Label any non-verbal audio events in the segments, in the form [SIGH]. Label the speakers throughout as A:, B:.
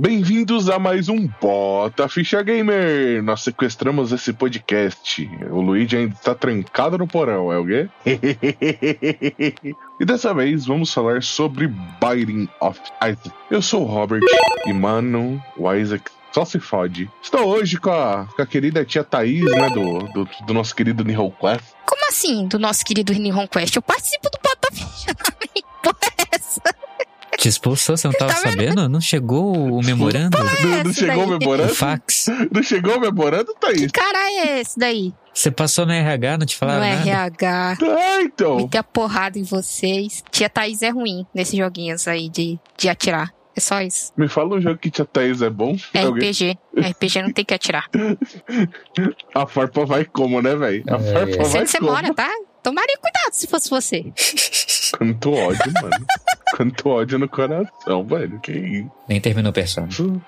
A: Bem-vindos a mais um Bota Ficha Gamer. Nós sequestramos esse podcast. O Luigi ainda está trancado no porão, é o quê? [LAUGHS] e dessa vez vamos falar sobre Binding of Isaac. Eu sou o Robert e, mano, o Isaac só se fode. Estou hoje com a, com a querida tia Thaís, né, do, do, do nosso querido Nihon Quest.
B: Como assim, do nosso querido Nihon Quest? Eu participo do Bota Ficha, que porra é essa?
C: Te expulsou, você não tava
B: Tá vendo?
C: sabendo? Não chegou o memorando?
A: Não, não
B: [LAUGHS] essa
A: chegou o
B: daí?
C: O
A: memorando?
C: fax?
A: Não chegou o memorando,
B: Que [LAUGHS]
A: Thaís?
B: caralho é esse daí? é,
C: Você passou na RH, não te
B: No
C: falaram nada?
B: RH.
A: Ah, então.
B: Meter a porrada em vocês. Tia Thaís é ruim nesses joguinhos aí de, de atirar. É só isso.
A: Me fala um jogo que tia Thaís é bom.
B: É
A: Alguém-
B: RPG. RPG não tem
A: [LAUGHS]
B: que atirar.
A: A farpa vai como, né, velho? A
C: É,
A: farpa
B: Você
C: é.
A: vai
B: onde você
A: como.
B: mora, tá? Tomaria cuidado se fosse você.
A: Quanto ódio, mano. Quanto ódio no coração, velho. Que isso.
C: Nem terminou o personagem.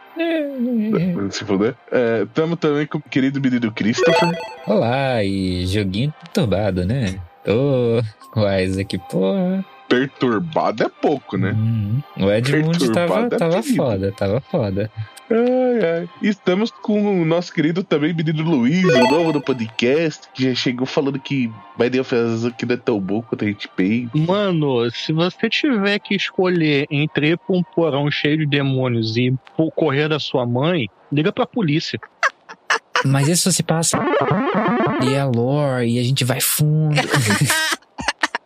A: Se puder. É, tamo também com o querido menino Christopher.
C: Olá, e joguinho perturbado, né? Ô, o Isaac, porra.
A: Perturbado é pouco, né?
C: Hum, o Edmund tava,
A: Perturbado é
C: tava
A: terrível.
C: foda, tava foda.
A: Ai, ai. E Estamos com o nosso querido também menino Luiz, o novo do podcast, que já chegou falando que Biden of Us que não é tão bom quanto a gente pensa.
D: Mano, se você tiver que escolher entre ir pra um porão cheio de demônios e pô- correr da sua mãe, liga pra polícia.
C: Mas isso se passa. E a lore, e a gente
A: [LAUGHS]
C: vai fundo.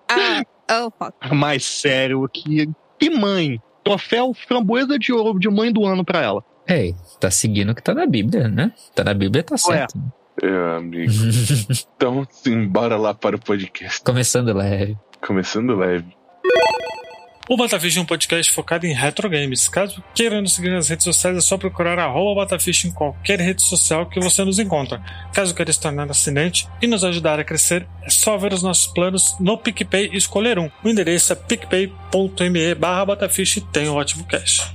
B: Ah, oh, fuck.
D: É Mais sério que. E mãe? Troféu framboesa de ouro de mãe do ano pra ela.
C: Ei, tá seguindo o que tá na Bíblia, né? Tá na Bíblia, tá certo.
A: É, amigo. Então, sim, bora lá para o podcast.
C: Começando leve.
A: Começando leve.
E: O Batafish é um podcast focado em retro games. Caso queira nos seguir nas redes sociais, é só procurar arroba Batafish em qualquer rede social que você nos encontra. Caso queira se tornar assinante e nos ajudar a crescer, é só ver os nossos planos no PicPay e escolher um. O endereço é picpay.me barra Batafish e tem um ótimo cash.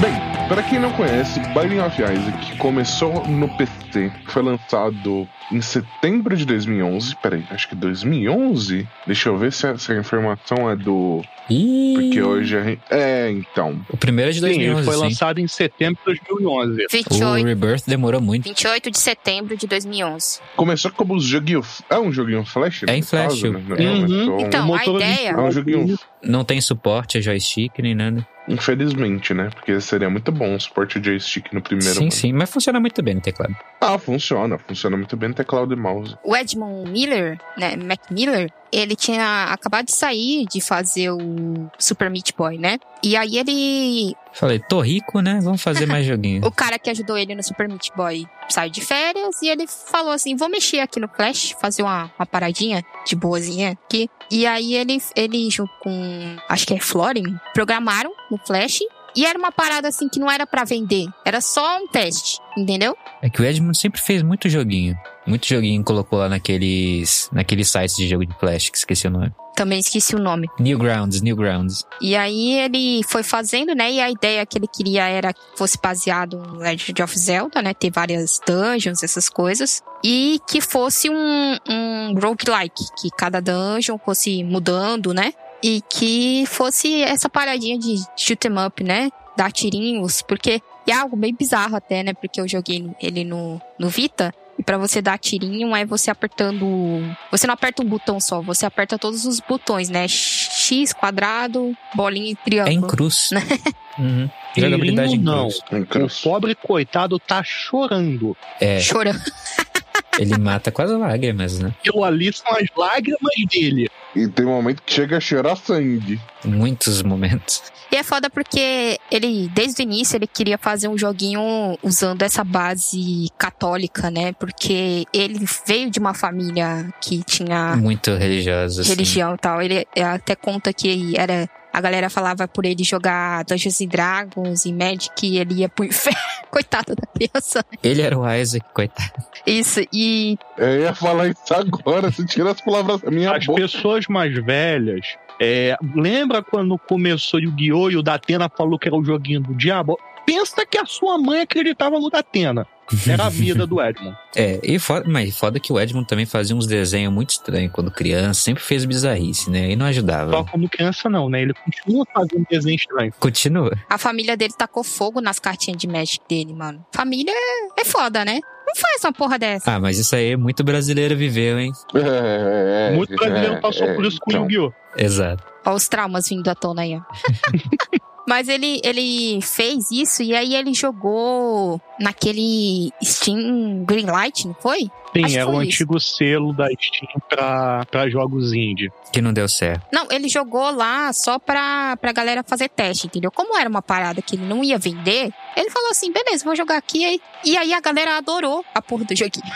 A: Bem, para quem não conhece, Binding of Isaac começou no PC, foi lançado em setembro de 2011. Peraí, acho que 2011? Deixa eu ver se essa informação é do.
C: Ih,
A: Porque hoje é. É, então.
C: O primeiro é de
D: Sim, ele
C: 2011,
D: foi
C: sim.
D: lançado em setembro de 2011.
C: O
B: 28,
C: Rebirth demorou muito.
B: 28 de setembro de 2011.
A: Começou como um joguinho. É um joguinho flash?
C: É em
A: no
C: flash.
A: caso, né? Não,
D: Uhum.
A: mas só um-
B: Então, a
D: motor
B: ideia-
A: É um joguinho.
C: Não tem suporte a joystick nem nada.
A: Infelizmente, né? Porque seria muito bom o suporte ao joystick no primeiro.
C: sim,
A: mano.
C: sim, mas funciona muito bem no teclado.
A: Ah, funciona. Funciona muito bem no teclado e mouse.
B: O Edmund Miller, né? Mac Miller, ele tinha acabado de sair de fazer o Super Meat Boy, né? E aí ele
C: Falei, tô rico, né? Vamos fazer mais joguinho.
B: O cara que ajudou ele no Super Meat Boy saiu de férias e ele falou assim: vou mexer aqui no Clash, fazer uma, uma paradinha de boazinha aqui. E aí ele, ele junto com, acho que é Florin, programaram no Flash. E era uma parada assim que não era pra vender, era só um teste, entendeu?
C: É que o Edmund sempre fez muito joguinho. Muito joguinho colocou lá naqueles, naqueles sites de jogo de Flash, que esqueci o nome.
B: Também esqueci o nome.
C: Newgrounds, Newgrounds.
B: E aí ele foi fazendo, né? E a ideia que ele queria era que fosse baseado no Legend of Zelda, né? Ter várias dungeons, essas coisas. E que fosse um, um roguelike, que cada dungeon fosse mudando, né? E que fosse essa paradinha de shoot 'em up, né? Dar tirinhos, porque é algo bem bizarro até, né? Porque eu joguei ele no, no Vita. E pra você dar tirinho é você apertando. Você não aperta um botão só, você aperta todos os botões, né? X, quadrado, bolinha e
C: É em
B: triângulo.
C: cruz. Uhum. Jogabilidade em
D: Não.
C: cruz.
A: Então,
D: O pobre coitado tá chorando.
C: É,
B: Chorando.
C: Ele mata quase lágrimas, né?
D: Eu ali são as lágrimas dele.
A: E tem um momento que chega a cheirar sangue.
C: Muitos momentos.
B: E é foda porque ele, desde o início, ele queria fazer um joguinho usando essa base católica, né? Porque ele veio de uma família que tinha
C: Muito religiosos. Hum, assim.
B: religião e tal. Ele ele até conta que era. A galera falava por ele jogar Dungeons and Dragons e Magic e ele ia pro [LAUGHS] inferno. Coitado da criança.
C: Ele era o Isaac, coitado.
B: Isso. E
A: Eu ia falar isso agora, se tirar as palavras da minha
D: As
A: boca.
D: pessoas mais velhas. é, lembra quando começou o Guiô e o Datena falou que era o joguinho do diabo? Pensa que a sua mãe acreditava no Datena. Era a vida
A: [LAUGHS]
D: do Edmund.
C: É, e foda, mas foda que o Edmund também fazia uns desenhos muito estranhos quando criança, sempre fez bizarrice, né? E não
D: Só
C: ajudava.
D: como criança, não, né? Ele continua fazendo desenho estranho.
C: Continua.
B: a família dele tacou fogo nas cartinhas de Magic dele, mano. Família é- é foda, né? Não faz uma porra dessa.
C: Ah, mas isso aí é muito brasileiro viveu, hein?
A: É,
D: Muito brasileiro
A: é,
D: passou
A: é,
D: por isso com
A: então.
D: o Yu-Gi-Oh!
C: Exato.
B: Olha os traumas vindo à tona aí, ó. Mas ele, ele fez isso e aí ele jogou naquele Steam Greenlight, não foi? Acho
D: Sim,
B: que
D: era o
B: foi
D: antigo selo da Steam pra, pra jogos indie.
C: Que não deu certo.
B: Não, ele jogou lá só pra, pra galera fazer teste, entendeu? Como era uma parada que ele não ia vender, ele falou assim, beleza, vou jogar aqui. aí- E aí a galera adorou a porra do joguinho.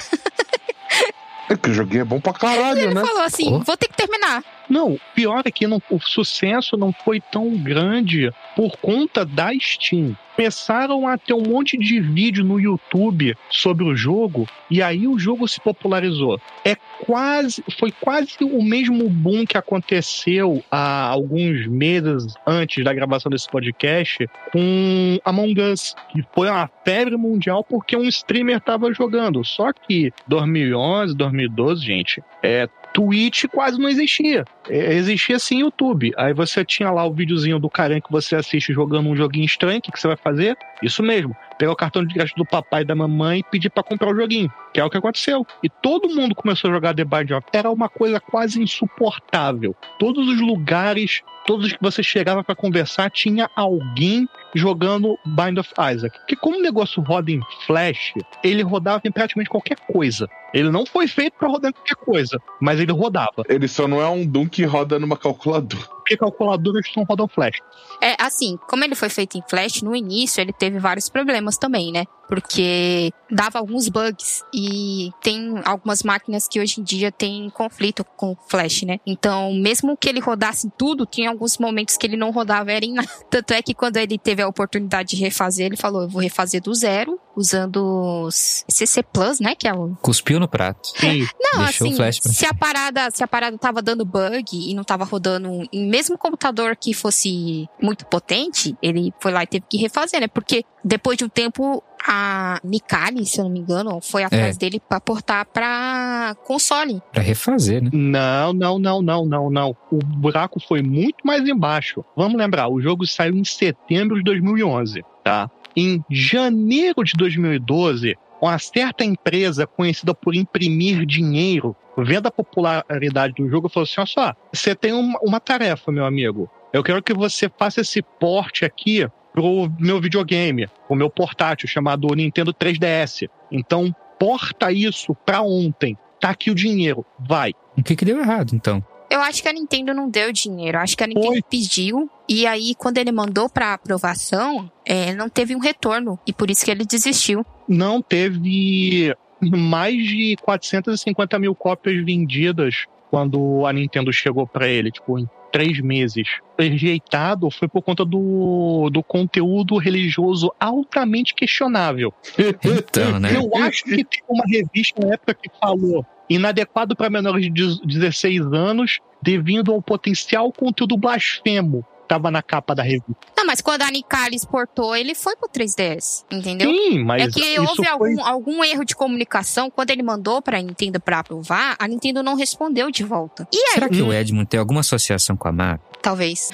A: É que o joguinho é bom pra caralho,
B: Ele
A: né?
B: falou assim,
C: Oh.
B: vou ter que terminar.
D: Não, pior é que não- o sucesso não foi tão grande por conta da Steam. Começaram a ter um monte de vídeo no YouTube sobre o jogo e aí o jogo se popularizou. É quase, foi quase o mesmo boom que aconteceu há alguns meses antes da gravação desse podcast com Among Us, que foi uma febre mundial porque um streamer estava jogando. Só que 2011, 2012, gente, é, Twitch quase não existia. É, existia sim YouTube. Aí você tinha lá o videozinho do carinha que você assiste jogando um joguinho estranho, o que, que você vai fazer? Isso mesmo. Pegar o cartão de crédito do papai e da mamãe e pedir pra comprar o joguinho, que é o que aconteceu. E todo mundo começou a jogar The Bind of. Era uma coisa quase insuportável. Todos os lugares, todos que você chegava pra conversar, tinha alguém jogando Bind of Isaac. Que como o negócio roda em Flash, ele rodava em praticamente qualquer coisa. Ele não foi feito pra rodar em qualquer coisa, mas ele rodava
A: Ele só não é um Doom que roda numa calculadora.
D: porque calculadoras não rodam flash.
B: É, assim, como ele foi feito em Flash, no início ele teve vários problemas também, né? Porque dava alguns bugs e tem algumas máquinas que hoje em dia tem conflito com o Flash, né? Então, mesmo que ele rodasse em tudo, tinha alguns momentos que ele não rodava era em nada. [LAUGHS] Tanto é que quando ele teve a oportunidade de refazer, ele falou: eu vou refazer do zero, usando os CC Plus, né? Que é o
C: Cuspiu no prato. É,
D: Sim,
B: não,
C: Deixou
B: assim,
C: o flash pra
B: se a parada, se a parada tava dando bug e não tava rodando em mesmo computador que fosse muito potente, ele foi lá e teve que refazer, né? Porque depois de um tempo a Nikali, se eu não me engano, foi
C: É.
B: atrás dele pra portar pra console.
C: pra refazer, né?
D: não, não, não, não, não, não. O buraco foi muito mais embaixo. Vamos lembrar, o jogo saiu em setembro de 2011, tá? Em janeiro de 2012, uma certa empresa conhecida por imprimir dinheiro, vendo a popularidade do jogo, falou assim: olha só, você tem uma, uma tarefa, meu amigo. Eu quero que você faça esse porte aqui pro meu videogame, pro meu portátil chamado Nintendo 3DS. Então, porta isso pra ontem. Tá aqui o dinheiro, vai.
C: O que que deu errado, então?
B: Eu acho que a Nintendo não deu dinheiro, eu acho que a Nintendo
D: Foi.
B: pediu e aí quando ele mandou pra aprovação, é, não teve um retorno e por isso que ele desistiu.
D: não teve mais de 450 mil cópias vendidas quando a Nintendo chegou pra ele, tipo, em três meses. Rejeitado foi por conta do, do conteúdo religioso altamente questionável. [LAUGHS]
C: Então, né?
D: Eu acho que tem uma revista na época que falou inadequado para menores de 16 anos devido ao potencial conteúdo blasfemo. Tava na capa da revista.
B: Não, mas quando a Nikali exportou, ele foi pro 3DS, entendeu?
D: Sim, mas
B: É que
D: isso
B: houve
D: foi-
B: algum, algum erro de comunicação quando ele mandou pra Nintendo pra aprovar, a Nintendo não respondeu de volta. E aí,
C: Será que o Edmund tem alguma associação com a Mata?
B: talvez.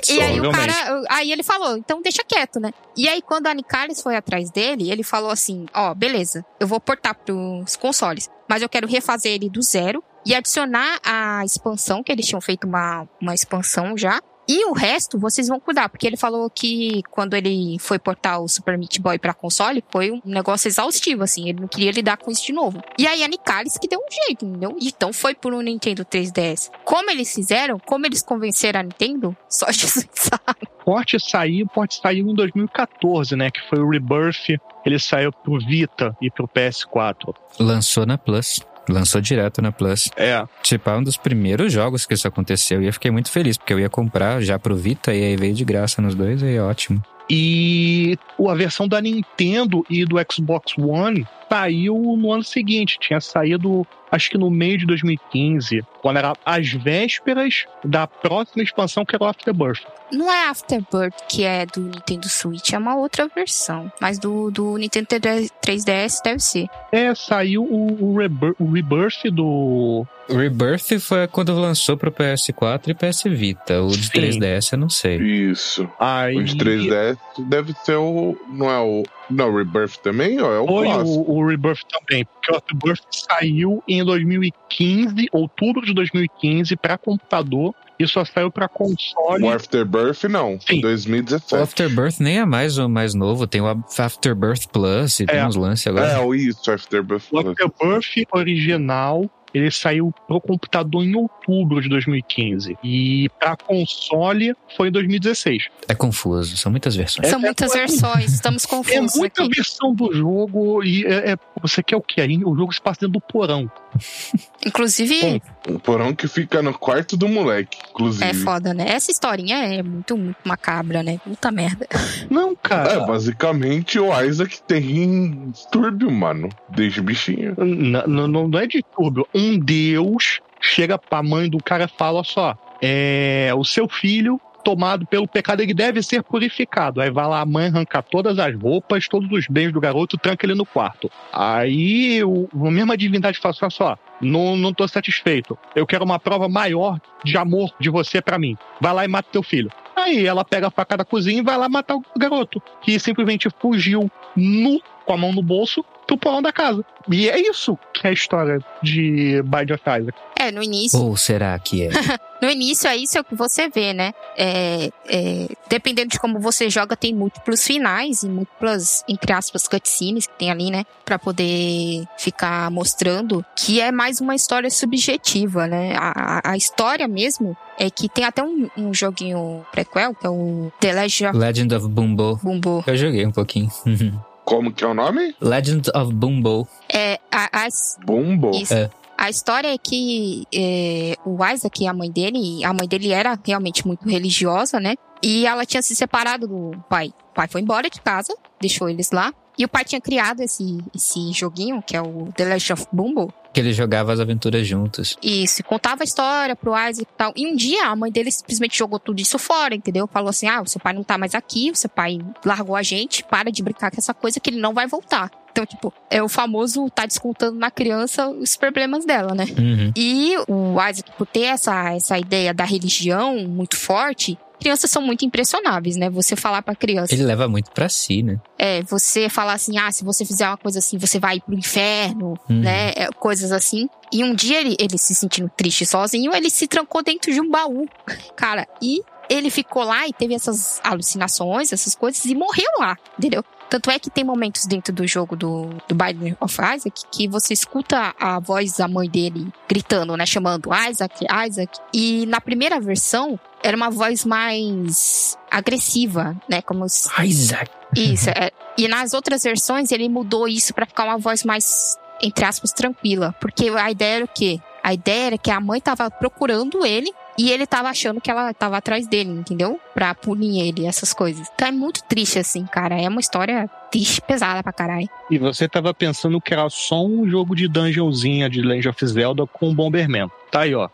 B: Ah, E
C: ser.
B: aí o
D: Provavelmente.
B: cara, aí ele falou, então deixa quieto, né? E aí quando a Nicalis foi atrás dele, ele falou assim, ó, beleza, eu vou portar pros consoles, mas eu quero refazer ele do zero e adicionar a expansão, que eles tinham feito uma, uma expansão já, e E o resto vocês vão cuidar, porque ele falou que quando ele foi portar o Super Meat Boy pra console, foi um negócio exaustivo, assim, ele não queria lidar com isso de novo. E aí a Nicalis que deu um jeito, entendeu? Então foi por um Nintendo 3DS. Como eles fizeram, como eles convenceram a Nintendo, [LAUGHS] só Jesus sabe.
D: Forte saiu, Forte saiu em 2014, né? Que foi o Rebirth. Ele saiu pro Vita e pro PS4.
C: Lançou na Plus. Lançou direto na Plus.
D: É.
C: Tipo, é um dos primeiros jogos que isso aconteceu. E eu fiquei muito feliz, porque eu ia comprar já pro Vita e aí veio de graça nos dois, aí é ótimo.
D: E a versão da Nintendo e do Xbox One saiu no ano seguinte. Tinha saído, acho que no meio de 2015, quando era as vésperas da próxima expansão, que era o Afterbirth.
B: Não é Afterbirth que é do Nintendo Switch, é uma outra versão. Mas do, do Nintendo 3DS deve ser.
D: É, saiu o, o, Rebir- o Rebirth do.
C: Rebirth foi quando lançou pro PS4 e PS Vita. O de
D: Sim.
C: 3DS eu não sei.
A: [LAUGHS] Isso.
D: Aí,
A: O de 3DS deve ser o. Não é o. Não, o Rebirth também? Ou é o
D: Foi
A: clássico?
D: o, o Rebirth também, porque o Rebirth saiu em 2015, outubro de 2015, pra computador e só saiu pra console.
A: O Afterbirth, não.
D: Sim.
C: O
A: 2017.
C: Afterbirth nem é mais o mais novo, tem o Afterbirth Plus e tem
D: É.
C: uns lances agora.
A: É, o isso, Afterbirth.
D: O Afterbirth original, ele saiu pro computador em outubro de 2015 e pra console foi em 2016.
C: É confuso, são muitas versões.
B: São
D: é-
B: muitas
D: é-
B: versões, estamos
D: [LAUGHS] É
B: confusos
D: muita
B: aqui.
D: versão do jogo e é, é- você quer o quê? Aí O jogo se passa dentro do porão.
B: Inclusive,
A: O porão que fica no quarto do moleque, inclusive.
B: é foda, né? Essa historinha é muito, muito macabra, né? Puta merda.
D: Não, cara.
A: É, basicamente o Isaac tem distúrbio, mano. Desde bichinho.
D: N- n- Não, não é distúrbio. Um deus chega pra mãe do cara e fala: "Olha só, é, o seu filho tomado pelo pecado, ele deve ser purificado. Aí vai lá a mãe arrancar todas as roupas, todos os bens do garoto, tranca ele no quarto. Aí o, a mesma divindade fala assim, "Olha só, não, não tô satisfeito. Eu quero uma prova maior de amor de você pra mim. Vai lá e mata teu filho. Aí ela pega a faca da cozinha e vai lá matar o garoto, que simplesmente fugiu nu, com a mão no bolso, pro porão da casa. E é isso que é a história de Bide of Isaac.
B: É, no início.
C: Ou será que é?
B: No início é isso é o que você vê, né? É, é, dependendo de como você joga, tem múltiplos finais e múltiplas, entre aspas, cutscenes que tem ali, né? Pra poder ficar mostrando que é mais uma história subjetiva, né? A, a- a história mesmo é que tem até um, um joguinho prequel, que é o The Legend of
C: Legend of Bumbo.
B: Bumbo.
C: Eu joguei um pouquinho.
A: Como que é o nome?
C: Legend of Bumbo.
B: É, a- as,
A: Bumbo.
B: Isso.
C: É.
B: A história é que é, o Isaac, a mãe dele, a mãe dele era realmente muito religiosa, né? E ela tinha se separado do pai. O pai foi embora de casa, deixou eles lá. E o pai tinha criado esse, esse joguinho, que é o The Legend of Bumble.
C: Que ele jogava as aventuras juntos.
B: E se contava a história pro Isaac e tal. E um dia a mãe dele simplesmente jogou tudo isso fora, entendeu? Falou assim: ah, o seu pai não tá mais aqui, o seu pai largou a gente, para de brincar com essa coisa que ele não vai voltar. Então, tipo, é o famoso tá descontando na criança os problemas dela, né?
C: Uhum.
B: E o Isaac, por ter essa, essa ideia da religião muito forte, crianças são muito impressionáveis, né? Você falar pra criança.
C: Ele leva muito pra si, né?
B: É, você falar assim, ah, se você fizer uma coisa assim, você vai pro inferno,
C: Uhum.
B: né? É, coisas assim. E um dia ele, ele se sentindo triste sozinho, ele se trancou dentro de um baú, cara. E ele ficou lá e teve essas alucinações, essas coisas, e morreu lá, entendeu? Tanto é que tem momentos dentro do jogo do, do Biden of Isaac que você escuta a voz da mãe dele gritando, né? Chamando Isaac, Isaac. E na primeira versão era uma voz mais agressiva, né? Como se-
C: Ah, Isaac.
B: isso, é. E nas outras versões ele mudou isso pra ficar uma voz mais, entre aspas, tranquila. Porque a ideia era o quê? A ideia era que a mãe tava procurando ele e ele tava achando que ela tava atrás dele, entendeu? Pra punir ele, essas coisas. Então é muito triste, assim, cara. É uma história triste, pesada pra caralho.
D: E você tava pensando que era só um jogo de dungeonzinha de Legend of Zelda com Bomberman. Tá aí, ó.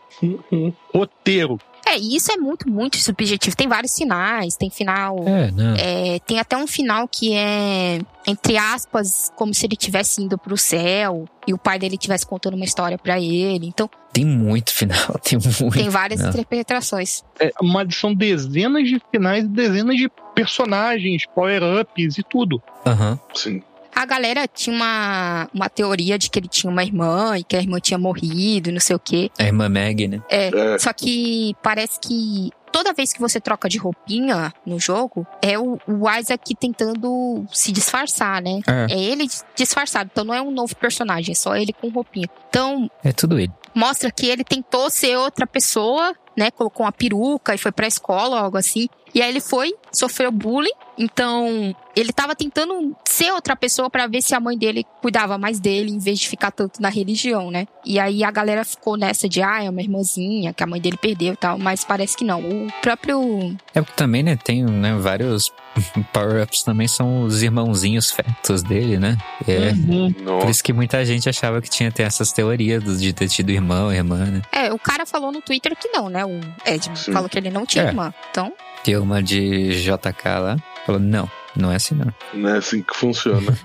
D: Roteiro.
B: É, e isso é muito, muito subjetivo. Tem vários finais, tem final.
C: É, não.
B: É, tem até um final que é, entre aspas, como se ele tivesse indo pro céu e o pai dele tivesse contando uma história pra ele. Então,
C: Tem muito final, [LAUGHS] tem muito.
B: Tem várias
C: Não.
B: interpretações.
D: É, mas são dezenas de finais, dezenas de personagens, power-ups e tudo.
C: Aham.
A: Sim.
B: A galera tinha uma, uma teoria de que ele tinha uma irmã e que a irmã tinha morrido, não sei o quê.
C: A irmã Meg, né?
B: É,
A: É.
B: Só que parece que toda vez que você troca de roupinha no jogo, é o, o Isaac tentando se disfarçar, né?
C: É.
B: É ele dis- disfarçado, então não é um novo personagem, é só ele com roupinha. Então,
C: É tudo ele.
B: mostra que ele tentou ser outra pessoa, né? Colocou uma peruca e foi pra escola, algo assim. E aí ele foi, sofreu bullying, então ele tava tentando ser outra pessoa pra ver se a mãe dele cuidava mais dele, em vez de ficar tanto na religião, né? E aí a galera ficou nessa de, ah, é uma irmãzinha que a mãe dele perdeu e tal, mas parece que não. O próprio.
C: É porque também, né, tem né, vários [LAUGHS] power-ups também são os irmãozinhos fetos dele, né? É.
D: Hum.
C: Por
A: Nossa.
C: isso que muita gente achava que tinha até essas teorias do- de ter tido irmão, irmã, né?
B: É, o cara falou no Twitter que não, né? O Edmund
A: Sim.
B: falou que ele não tinha
C: É.
B: irmã. Então,
C: Tem uma de JK lá, falou, não, não é assim não.
A: Não é assim que
B: [LAUGHS]
A: funciona.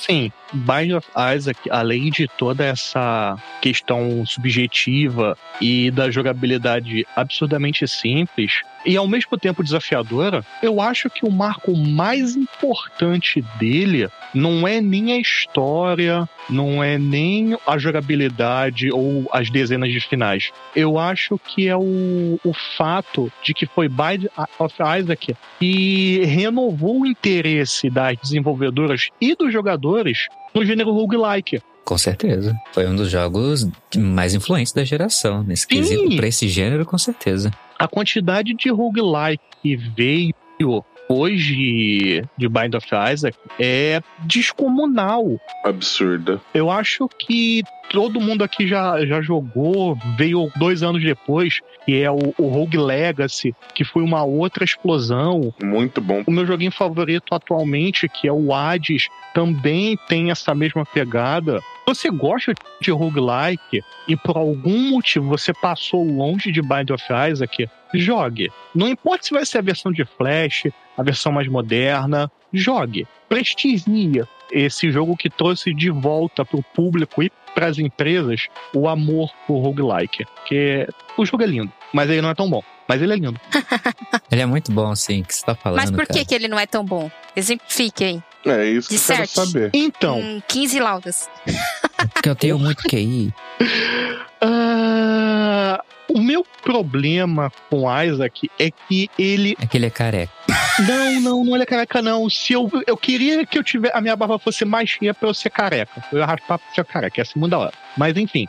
D: Sim, Binding of Isaac, além de toda essa questão subjetiva e da jogabilidade absurdamente simples e ao mesmo tempo desafiadora, eu acho que o marco mais importante dele não é nem a história, não é nem a jogabilidade ou as dezenas de finais. Eu acho que é o, o fato de que foi Binding of Isaac e renovou o interesse das desenvolvedoras e dos jogadores no gênero roguelike.
C: Com certeza. Foi um dos jogos mais influentes da geração, nesse
D: Sim.
C: quesito, pra esse gênero, com certeza.
D: A quantidade de roguelike que veio hoje de Bind of Isaac é descomunal.
A: Absurda.
D: Eu acho que todo mundo aqui já, já jogou, veio dois anos depois, que é o, o Rogue Legacy, que foi uma outra explosão.
A: Muito bom.
D: O meu joguinho favorito atualmente, que é o Hades, também tem essa mesma pegada. Você gosta de roguelike e por algum motivo você passou longe de Bind of Isaac, jogue. Não importa se vai ser a versão de Flash, a versão mais moderna, jogue. Prestigia esse jogo que trouxe de volta para o público e para as empresas o amor por roguelike. Porque o jogo é lindo, mas ele não é tão bom. Mas ele é lindo.
C: Ele é muito bom, assim, o que você tá falando,
B: mas por que,
C: cara.
B: que ele não é tão bom? Exemplifique aí.
A: É isso que eu quero
B: Disserte.
A: saber.
D: Então,
B: Hum, 15 laudas.
C: Porque eu tenho muito QI.
D: Ah, o meu problema com Isaac é que ele.
C: É que ele é careca.
D: Não, não, não ele é careca, não. Se eu, eu queria que eu tivesse. A minha barba fosse mais cheia pra eu ser careca. Eu ia raspar pra ser careca, ia ser muito da hora. Mas enfim,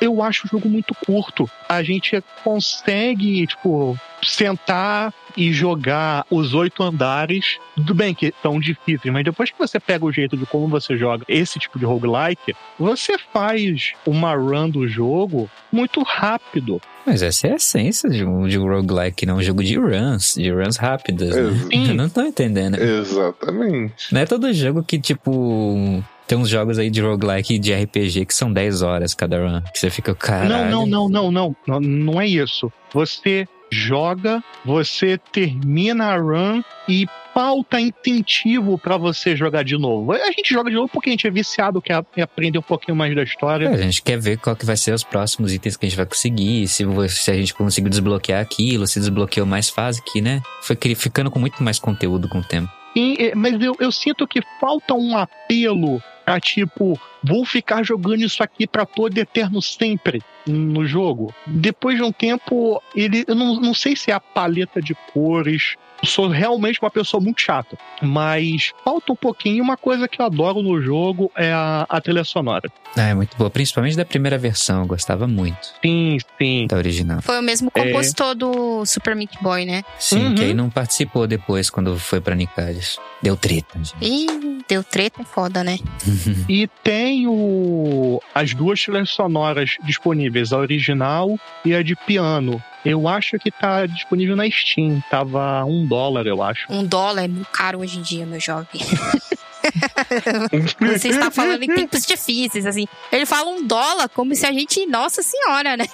D: eu acho o jogo muito curto. A gente consegue, tipo, sentar e jogar os oito andares. Tudo bem que tão difíceis, mas depois que você pega o jeito de como você joga esse tipo de roguelike, você faz uma run do jogo muito rápido.
C: Mas essa é a essência de um, de um roguelike, não um jogo de runs, de runs rápidas. né?
A: Ex-
D: Sim.
C: Eu não tô entendendo.
A: É. Exatamente.
C: Não é todo jogo que, tipo. Tem uns jogos aí de roguelike e de RPG que são 10 horas cada run. Que você fica, caralho.
D: Não, não, não, não, não, não. Não é isso. Você joga, você termina a run e pauta incentivo pra você jogar de novo. A gente joga de novo porque a gente é viciado, quer a- aprender um pouquinho mais da
C: É,
D: história.
C: a gente quer ver qual que vai ser os próximos itens que a gente vai conseguir, se, vo- se a gente conseguiu desbloquear aquilo, se desbloqueou mais fase que, né? Foi cri- ficando com muito mais conteúdo com o tempo.
D: E, é, mas eu, eu sinto que falta um apelo a tipo, vou ficar jogando isso aqui pra todo eterno sempre no jogo. Depois de um tempo, ele. Eu não, não sei se é a paleta de cores. Sou realmente uma pessoa muito chata. Mas falta um pouquinho. Uma coisa que eu adoro no jogo é a, a trilha sonora.
C: Ah, é muito boa. Principalmente da primeira versão, eu gostava muito
D: Sim, sim.
C: da original.
B: Foi o mesmo
D: É.
B: compositor do Super Meat Boy, né?
C: Sim,
D: Uhum.
C: que aí não participou depois quando foi pra Nicalis. Deu treta, gente.
B: Ih, deu treta, é foda, né?
D: E tem o, as duas trilhas sonoras disponíveis, a original e a de piano. Eu acho que tá disponível na Steam, tava um dólar, eu acho.
B: Um dólar é muito caro hoje em dia, meu jovem. [LAUGHS]
A: [LAUGHS]
B: Você está falando em tempos difíceis, assim. Ele fala um dólar como se a gente. Nossa senhora, né?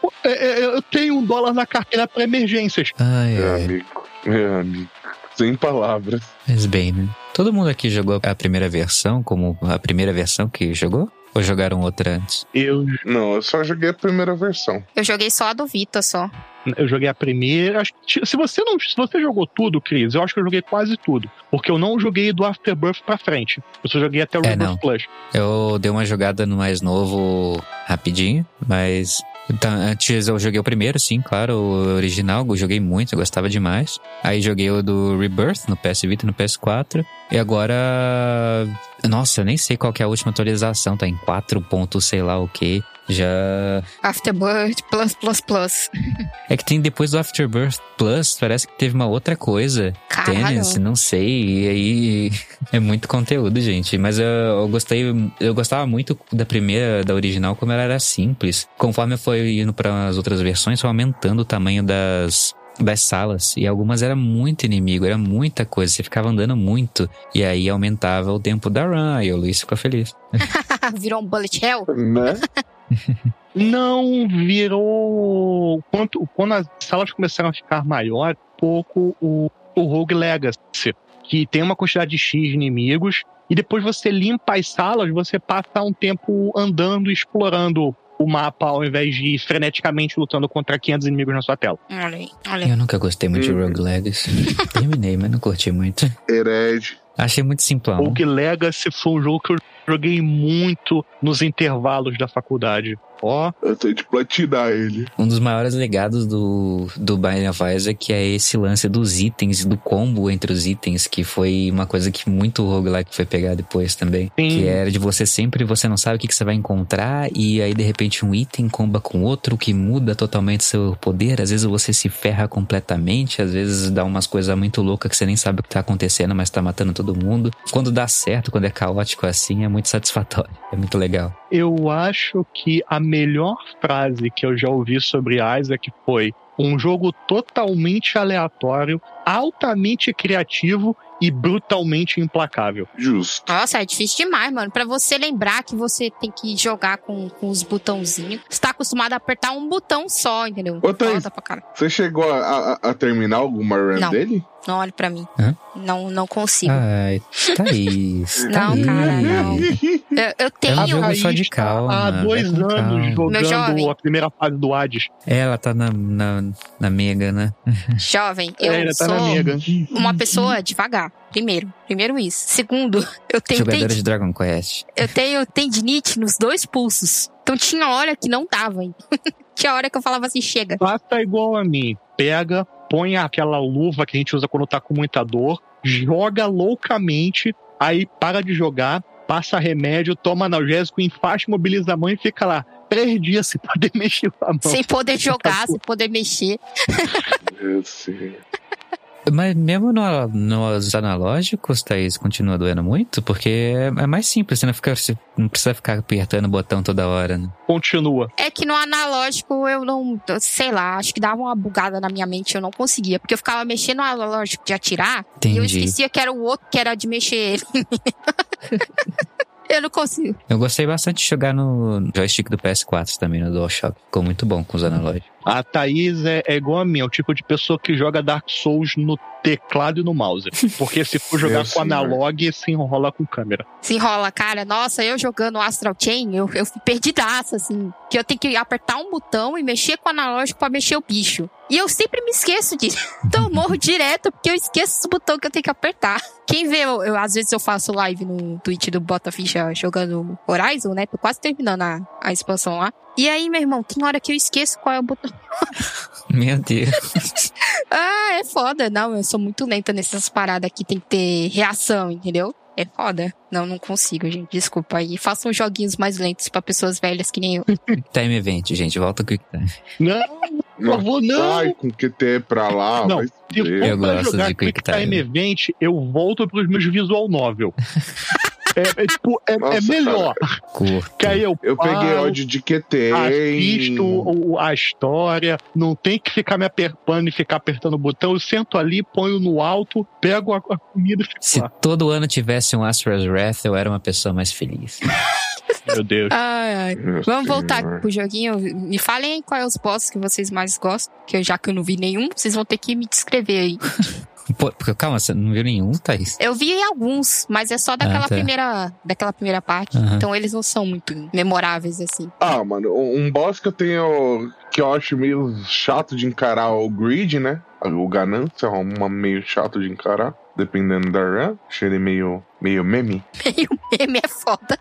D: Pô, é, é, Eu tenho um dólar na carteira para emergências.
C: Ai,
A: Meu
C: ai.
A: amigo. Meu amigo. Sem palavras.
C: Mas bem, né? Todo mundo aqui jogou a primeira versão, como a primeira versão que jogou? Ou jogaram outra antes?
D: Eu,
A: Não, eu só joguei a primeira versão.
B: Eu joguei só a do Vita só.
D: eu joguei a primeira. acho que- Se você não, se você jogou tudo, Cris, eu acho que eu joguei quase tudo, porque eu não joguei do Afterbirth pra frente. Eu só joguei até o
C: É,
D: Rebirth
C: não.
D: Plus.
C: Eu dei uma jogada no mais novo rapidinho, mas. Então, antes eu joguei o primeiro, sim, claro, o original, eu joguei muito, eu gostava demais. Aí joguei o do Rebirth no PS Vita e no PS4. E agora. Nossa, eu nem sei qual que é a última atualização, tá em 4 pontos, sei lá o que. Já
B: Afterbirth Plus Plus Plus.
C: É que tem depois do Afterbirth Plus, parece que teve uma outra coisa.
B: Caralho.
C: Tennis, não sei. E aí [LAUGHS] é muito conteúdo, gente. Mas eu, eu gostei, eu gostava muito da primeira, da original, como ela era simples. Conforme eu fui indo para as outras versões, foi aumentando o tamanho das das salas e algumas era muito inimigo, era muita coisa, você ficava andando muito e aí aumentava o tempo da run e o Luiz ficou feliz.
B: Virou um Bullet Hell? [LAUGHS]
A: Né?
D: Não virou. Quanto, quando as salas começaram a ficar maiores, pouco o, o Rogue Legacy, que tem uma quantidade de X inimigos, e depois você limpa as salas, você passa um tempo andando, explorando o mapa, ao invés de ir freneticamente lutando contra 500 inimigos na sua tela.
B: Olha aí, olha aí.
C: Eu nunca gostei muito de
A: Hum.
C: Rogue Legacy. [LAUGHS] Terminei, mas não curti muito.
A: Hered.
C: Achei muito simplão.
D: Rogue Legacy foi um jogo que eu joguei muito nos intervalos da faculdade. Ó,
A: Eu tenho de platinar ele.
C: Um dos maiores legados do, do Binding of Isaac é esse lance dos itens, do combo entre os itens, que foi uma coisa que muito roguelike foi pegar depois também.
D: Sim.
C: Que era de você sempre, você não sabe o que, que você vai encontrar, e aí de repente um item comba com outro, que muda totalmente seu poder. Às vezes você se ferra completamente, às vezes dá umas coisas muito loucas que você nem sabe o que tá acontecendo, mas tá matando todo mundo. Quando dá certo, quando é caótico assim, é muito satisfatório. É muito legal.
D: Eu acho que a melhor frase que eu já ouvi sobre Isaac foi um jogo totalmente aleatório, altamente criativo e brutalmente implacável.
A: Justo.
B: Nossa, é difícil demais, mano. Pra você lembrar que você tem que jogar com, com os botãozinhos. Você tá acostumado a apertar um botão só, entendeu?
A: Ô, Thaís.
B: Foda pra caralho.
A: Você chegou a, a- a terminar alguma run
B: Não.
A: dele?
B: Não olhe pra mim.
C: Hã? Ah,
B: Não, não consigo.
C: Ai, tá Thaís.
B: Não,
C: Thaís.
B: cara, não. Eu, eu
C: É um
B: tenho.
C: jogo
D: Thaís
C: só de
D: tá
C: calma,
D: Há
C: vai
D: dois
C: com calma.
D: anos
B: Meu
D: jogando
B: jovem.
D: a primeira fase do Hades.
C: Ela tá na, na, na Mega, né?
B: Jovem, eu
D: Ela tá
B: sou
D: na mega.
B: uma pessoa devagar. Primeiro. Primeiro isso. Segundo, eu tenho,
C: Jogadora
B: tendi-
C: de Dragon Quest.
B: eu tenho tendinite nos dois pulsos. Então tinha hora que não dava. hein? [LAUGHS] tinha hora que eu falava assim, chega.
D: Faça igual a mim. Pega, põe aquela luva que a gente usa quando tá com muita dor, joga loucamente, aí para de jogar, passa remédio, toma analgésico, enfaixa, mobiliza a mão e fica lá. Três dias [LAUGHS] sem poder mexer a mão.
B: Sem poder jogar, sem poder mexer.
A: Eu sei.
C: Mas mesmo no- nos analógicos, Thaís, continua doendo muito, porque é, é mais simples, você não, fica, você não precisa ficar apertando o botão toda hora, né?
D: Continua.
B: É que no analógico eu não. eu Sei lá, acho que dava uma bugada na minha mente, eu não conseguia. Porque eu ficava mexendo no analógico de atirar e eu
C: Entendi.
B: esquecia que era o outro que era de mexer [LAUGHS] ele. eu não consigo.
C: Eu gostei bastante de jogar no joystick do PS4 também, no DualShock. Ficou muito bom com
B: [LAUGHS]
C: os analógicos.
D: A Thaís é, é igual a mim, é o tipo de pessoa que joga Dark Souls no teclado e no mouse. Porque se for jogar
A: Meu
D: com
A: senhor.
D: analog, se enrola com câmera.
B: Se enrola, cara. Nossa, eu jogando Astral Chain, eu, eu fui perdidaça, assim. Que eu tenho que apertar um botão e mexer com o analógico pra mexer o bicho. E eu sempre me esqueço disso. [LAUGHS] Então eu morro direto porque eu esqueço o botão que eu tenho que apertar. Quem vê, eu, eu- às vezes eu faço live no Twitch do Bota Ficha jogando Horizon, né? Tô quase terminando a, a expansão lá. E aí, meu irmão, tem hora que eu esqueço qual é o botão.
C: Meu Deus.
B: Ah, é foda. Não, eu sou muito lenta nessas paradas aqui. Tem que ter reação, entendeu? É foda. Não, não consigo, gente. Desculpa aí. Façam joguinhos mais lentos pra pessoas velhas que nem
C: Hum.
B: eu.
C: Time event, gente. Volta com o que tá.
D: Não, por favor, não!
A: Ai, com QT pra lá.
D: Não.
A: vai se
D: Se
A: fuder.
C: Eu
D: for pra
C: gosto
D: jogar
C: de
D: Quick
C: Quick
D: Time
C: Time.
D: Event, eu volto pros meus
C: [LAUGHS]
D: visual novel. É, é tipo, é, é
A: Nossa,
D: melhor.
C: Curto.
D: Que aí eu,
A: Eu peguei
D: paro,
A: ódio de QT.
D: assisto
A: hein?
D: o- a história, não tem que ficar me apertando e ficar apertando o botão. Eu sento ali, ponho no alto, pego a, a comida e fico
C: Se
D: lá.
C: todo ano tivesse um Astra's Wrath, eu era uma pessoa mais feliz.
D: Meu Deus.
B: Ai, ai.
A: Meu
B: Vamos voltar
A: senhor.
B: aqui pro joguinho. Me falem aí qual é os bosses que vocês mais gostam. Que eu, já que eu não vi nenhum, vocês vão ter que me descrever aí.
C: Pô, calma, você não viu nenhum, Thaís?
B: Eu vi alguns, mas é só daquela
C: Ah, tá.
B: primeira daquela primeira parte.
C: Aham.
B: Então eles não são muito memoráveis assim. [LAUGHS]
A: Ah, mano, um um boss que eu tenho. que eu acho meio chato de encarar é o Greed, né? O Ganância é uma meio chato de encarar, dependendo da run. Achei ele meio, meio meme.
B: Meme é foda.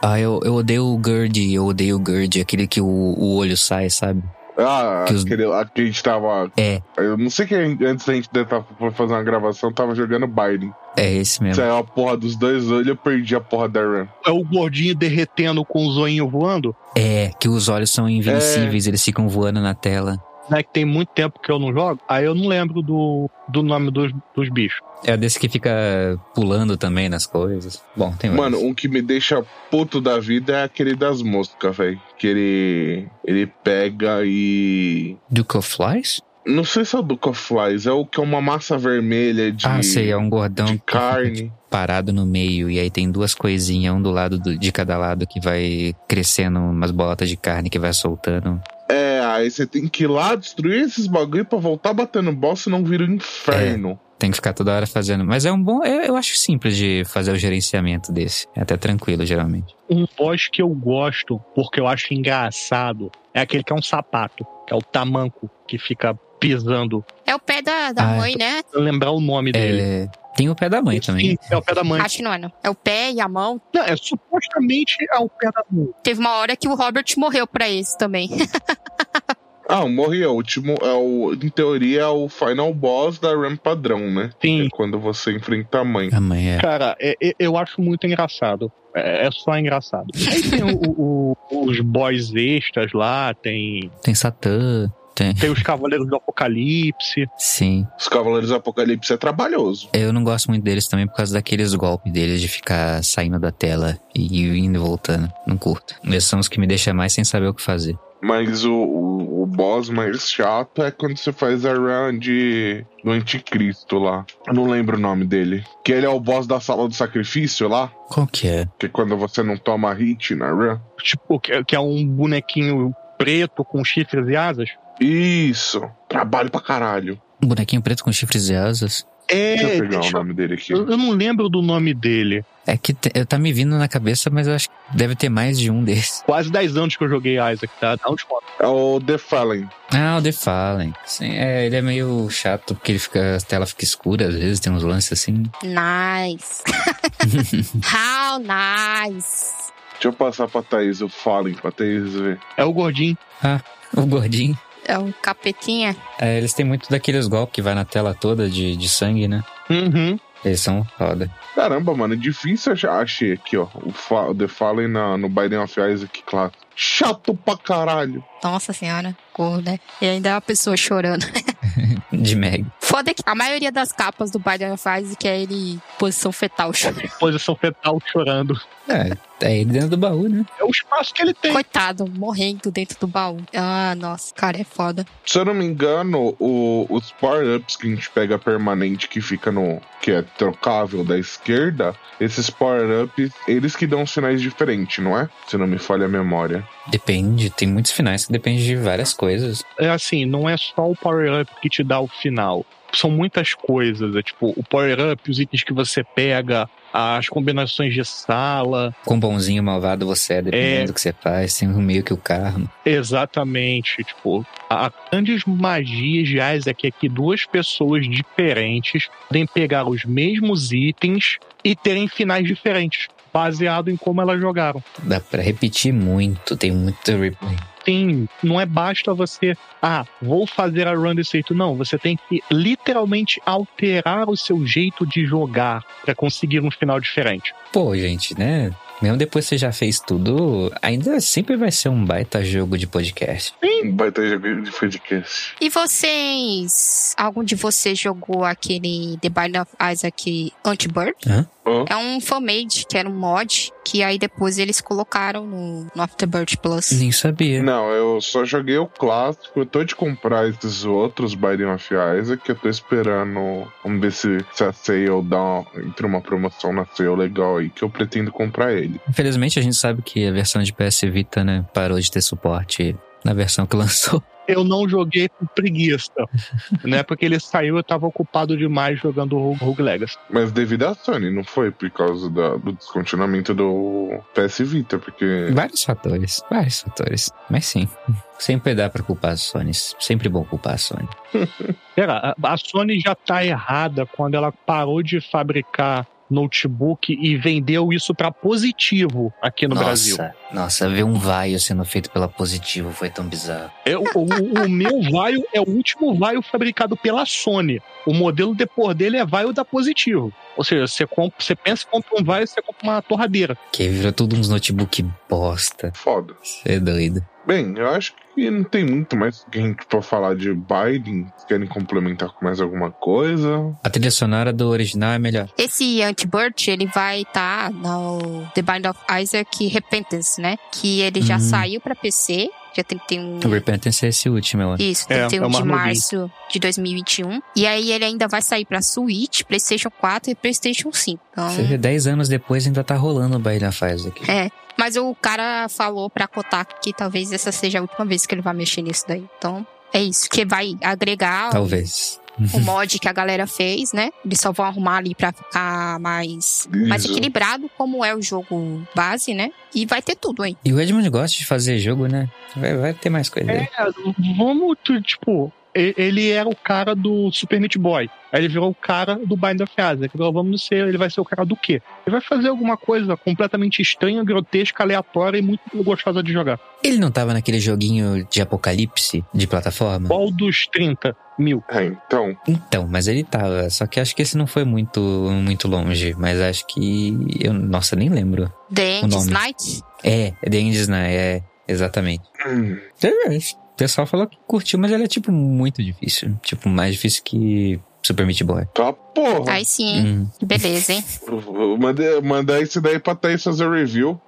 C: Ah, eu, eu odeio o Gurdy, eu odeio o Gurdy, aquele que o, o olho sai, sabe?
A: Ah,
C: Que os-
A: aquele lá que a gente tava.
C: É,
A: Eu não sei que antes da gente tentar pra fazer uma gravação, tava jogando Biden.
C: é esse mesmo.
A: Saiu a porra dos dois olhos, eu perdi a porra da run.
D: É o gordinho derretendo com o zoinho voando,
C: É, que os olhos são invencíveis,
A: É.
C: eles ficam voando na tela.
D: né? Que tem muito tempo que eu não jogo. Aí eu não lembro do, do nome dos, dos bichos.
C: É desse que fica pulando também nas coisas. Bom, tem vários.
A: Mano, um que me deixa puto da vida é aquele das moscas, velho. Que ele. ele pega e.
C: Duke of Flies?
A: Não sei se é o Duke of Flies, é o que é uma massa vermelha de,
C: Ah, sei, é um gordão tipo,
A: de carne.
C: parado no meio e aí tem duas coisinhas, um do lado do- de cada lado que vai crescendo umas bolotas de carne que vai soltando.
A: É, aí você tem que ir lá destruir esses bagulho pra voltar batendo boss, senão vira um inferno.
C: Tem que ficar toda hora fazendo. Mas é um bom. Eu, eu acho simples de fazer o gerenciamento desse. É até tranquilo, geralmente.
D: Um boss que eu gosto, porque eu acho engraçado, é aquele que é um sapato, que é o tamanco, que fica pisando.
B: É o pé da, da
C: Ah,
B: mãe, né?
D: Não lembrar o nome dele.
C: É, tem o pé da mãe também.
D: Sim, é o pé da mãe.
B: Acho que não é, não. É o pé e a mão.
D: Não, é supostamente é o pé da mãe.
B: Teve uma hora que o Robert morreu pra esse também.
A: Ah, o Morri é o último, é o, em teoria é o final boss da RAM padrão, né?
D: Sim.
A: É quando você enfrenta a mãe.
C: A mãe é.
D: Cara, é- é- eu acho muito engraçado. É, é só engraçado. Aí tem o- o- o- os boys extras lá, tem,
C: Tem Satã. Tem.
D: tem os Cavaleiros do Apocalipse.
C: Sim.
A: Os Cavaleiros do Apocalipse é trabalhoso.
C: Eu não gosto muito deles também por causa daqueles golpes deles de ficar saindo da tela e indo e voltando. Não curto. Esses são os que me deixam mais sem saber o que fazer.
A: Mas o, o, o boss mais chato é quando você faz a run de, do anticristo lá. Eu não lembro o nome dele. Que ele é o boss da sala do sacrifício lá.
C: Qual que é?
A: Que é quando você não toma hit na run.
D: Tipo, que, que é um bonequinho preto com chifres e asas.
A: Isso! Trabalho pra caralho.
C: Um bonequinho preto com chifres e asas.
D: É,
A: Deixa eu pegar
D: deixa-
A: o nome dele aqui.
D: eu, eu não lembro do nome dele.
C: É que te- eu tá me vindo na cabeça, mas eu acho que deve ter mais de um desses.
D: Quase 10 anos que eu joguei Isaac, tá? Dá um desconto.
A: É o The Fallen.
C: [LAUGHS] Ah, o The Fallen. Sim, é, ele é meio chato porque ele fica, a tela fica escura, às vezes tem uns lances assim.
B: [LAUGHS] Nice. How nice.
A: Deixa eu passar pra Thaís o Fallen, pra Thaís ver.
D: É o gordinho.
C: O gordinho.
B: É um capetinha.
C: É, eles têm muito daqueles golpes que vai na tela toda de, de sangue, né?
D: Uhum.
C: Eles são foda.
A: Caramba, mano, é difícil achar. Achei aqui, ó. O, Fa- o The Fallen na, no Biden of Isaac, claro. Chato pra caralho.
B: Nossa senhora, gordo, né? E ainda é uma pessoa chorando.
C: De Meg.
B: Foda que a maioria das capas do Biden faz que é ele posição fetal chorando.
D: Posição fetal chorando.
C: É, é ele dentro do baú, né?
D: É o espaço que ele tem.
B: Coitado, morrendo dentro do baú. Ah, nossa, cara, é foda.
A: Se eu não me engano, o, os power-ups que a gente pega permanente, que fica no. que é trocável da esquerda, esses power-ups, eles que dão sinais diferentes, não é? Se não me falha a memória.
C: Depende, tem muitos finais que dependem de várias coisas.
D: é assim, não é só o power-up que te dá o final. São muitas coisas. É tipo, o power-up, os itens que você pega, as combinações de sala.
C: Quão bonzinho malvado você é, dependendo
D: É.
C: do que você faz, tem um meio que o karma.
D: Exatamente. Tipo, a a grandes magias de Isaac é que duas pessoas diferentes podem pegar os mesmos itens e terem finais diferentes, baseado em como elas jogaram.
C: Dá pra repetir muito, tem muito replay.
D: Tem, não é basta você, ah, vou fazer a run desse jeito. Não, você tem que literalmente alterar o seu jeito de jogar pra conseguir um final diferente.
C: Pô, gente, né? Mesmo depois que você já fez tudo, ainda sempre vai ser um baita jogo de podcast.
A: Vai ter jogo de podcast.
B: E vocês? Algum de vocês jogou aquele The Binding of Isaac Anti-Bird?
C: Hã?
A: Hã?
B: É um fan-made, que era um mod, que aí depois eles colocaram no, no Afterbird Plus.
C: Nem sabia.
A: Não, eu só joguei o clássico. Eu tô de comprar esses outros Biden of Isaac. Eu tô esperando. Vamos ver se, se a Sale dá uma, entra uma promoção na Sale legal aí, que eu pretendo comprar ele.
C: Infelizmente, a gente sabe que [LAUGHS] a versão de PS Vita, né, parou de ter suporte na versão que lançou.
D: eu não joguei com preguiça. né? Porque ele saiu, eu tava ocupado demais jogando o Rogue- Rogue Legacy.
A: Mas devido à Sony, não foi por causa da- do descontinuamento do PS Vita, porque.
C: Vários fatores, vários fatores. Mas sim, sempre dá pra culpar a Sony. Sempre bom culpar a Sony.
D: Pera, a a Sony já tá errada quando ela parou de fabricar notebook e vendeu isso pra positivo aqui no
C: nossa,
D: Brasil.
C: Nossa, ver um vaio sendo feito pela Positivo foi tão bizarro.
D: Eu- É, o, o- o meu vaio é o último vaio fabricado pela Sony. O modelo depois dele é vaio da Positivo. Ou seja, você, compra, você pensa que compra um vaio, você compra uma torradeira.
C: Que virou tudo uns notebook bosta.
A: Foda.
C: Você é doido.
A: Bem, eu acho que não tem muito mais que a gente pra falar de Biden. Vocês Querem complementar com mais alguma coisa?
C: A trilha sonora do original é melhor.
B: Esse Antibird, ele vai estar no The Bind of Isaac Repentance, né? Que ele já
C: Hum.
B: saiu pra PC, dia 31
C: O Repentance é esse último, eu acho.
B: Isso,
D: É,
B: 31
D: é uma
B: de
D: nuvem.
B: março de 2021. E aí ele ainda vai sair pra Switch, PlayStation 4 e PlayStation 5. Então,
C: Você vê 10 anos depois ainda tá rolando o Bahia Faz aqui.
B: mas o cara falou pra Kotaku que talvez essa seja a última vez que ele vai mexer nisso daí. Então, é isso, que vai agregar
C: Tá Talvez.
B: o mod que a galera fez, né? Eles só vão arrumar ali pra ficar mais mais
A: Isso.
B: equilibrado como é o jogo base, né? E vai ter tudo aí.
C: E o Edmund gosta de fazer jogo, né? Vai, vai ter mais coisa aí.
D: É, vamos, tu- tipo, e- ele era o cara do Super Meat Boy. Aí ele virou o cara do Bind of Isaac. Então vamos ser, ele vai ser o cara do quê? Ele vai fazer alguma coisa completamente estranha, grotesca, aleatória e muito gostosa de jogar.
C: Ele não tava naquele joguinho de apocalipse de plataforma?
D: Qual dos 30 mil?
A: É, então. [CLEARS THROAT]
C: Então, mas ele tava. Só que acho que esse não foi muito, muito longe. Mas acho que. Eu, nossa, nem lembro.
B: The
C: O
B: End's
C: nome.
B: Night.
C: É, é The End's Night, é. Exatamente.
A: hum,
C: É, é, O pessoal falou que curtiu, mas ele é, tipo, muito difícil. Tipo, mais difícil que Super Meat Boy.
A: Tá porra.
B: Aí sim,
C: Hum.
B: que beleza, hein?
A: Vou- vou Mandar mandar isso daí pra Thaís fazer o review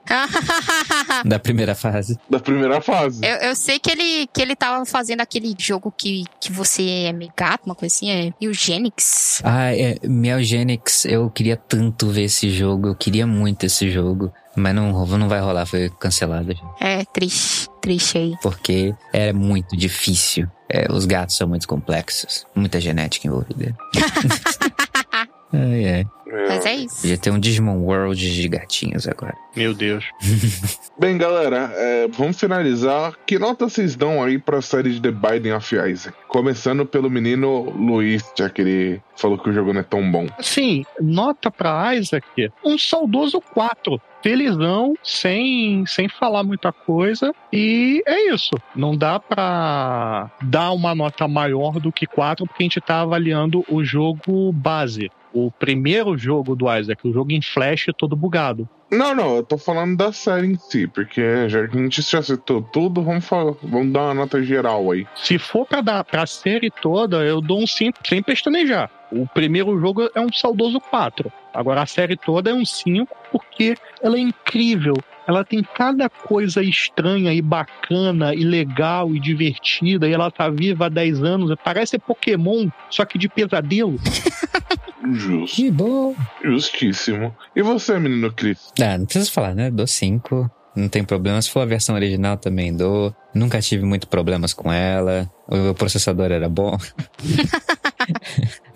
C: Da primeira fase.
A: da primeira fase.
B: Eu, eu sei que ele, que ele tava fazendo aquele jogo que, que você é meio gato, uma coisa assim, é Eugenics.
C: Ah, é. Melgenix, eu queria tanto ver esse jogo. Eu queria muito esse jogo. Mas não, ro- não vai rolar, foi cancelado. gente.
B: É, triste, triste aí.
C: Porque era muito difícil. É, os gatos são muito complexos. Muita genética [LAUGHS] envolvida. Ai, ai.
B: Mas é isso.
C: Podia ter um Digimon World de gatinhos agora.
D: Meu Deus.
A: Bem, galera, é, vamos finalizar. Que nota vocês dão aí pra série de The Biden of Isaac? Começando pelo menino Luiz, já que ele falou que o jogo não é tão bom.
D: Assim, nota pra Isaac, um saudoso 4. Felizão, sem, sem falar muita coisa. E é isso. Não dá pra dar uma nota maior do que 4, porque a gente tá avaliando o jogo base. O primeiro jogo do Isaac, o jogo em flash todo bugado.
A: Não, não, eu tô falando da série em si, porque já que a gente já citou tudo, vamos, falar, vamos dar uma nota geral aí.
D: Se for pra dar pra série toda, eu dou um 5 sem pestanejar. O primeiro jogo é um saudoso 4. Agora a série toda é um 5 porque ela é incrível. Ela tem cada coisa estranha e bacana e legal e divertida e ela tá viva há 10 anos. Parece Pokémon, só que de pesadelo.
A: Justo,
C: Que bom!
A: justíssimo. E você, menino Cris?
C: Ah, não precisa falar, né? Dou 5. Não tem problema. Se for a versão original, também dou. Nunca tive muito problemas com ela. O meu processador era bom. [LAUGHS]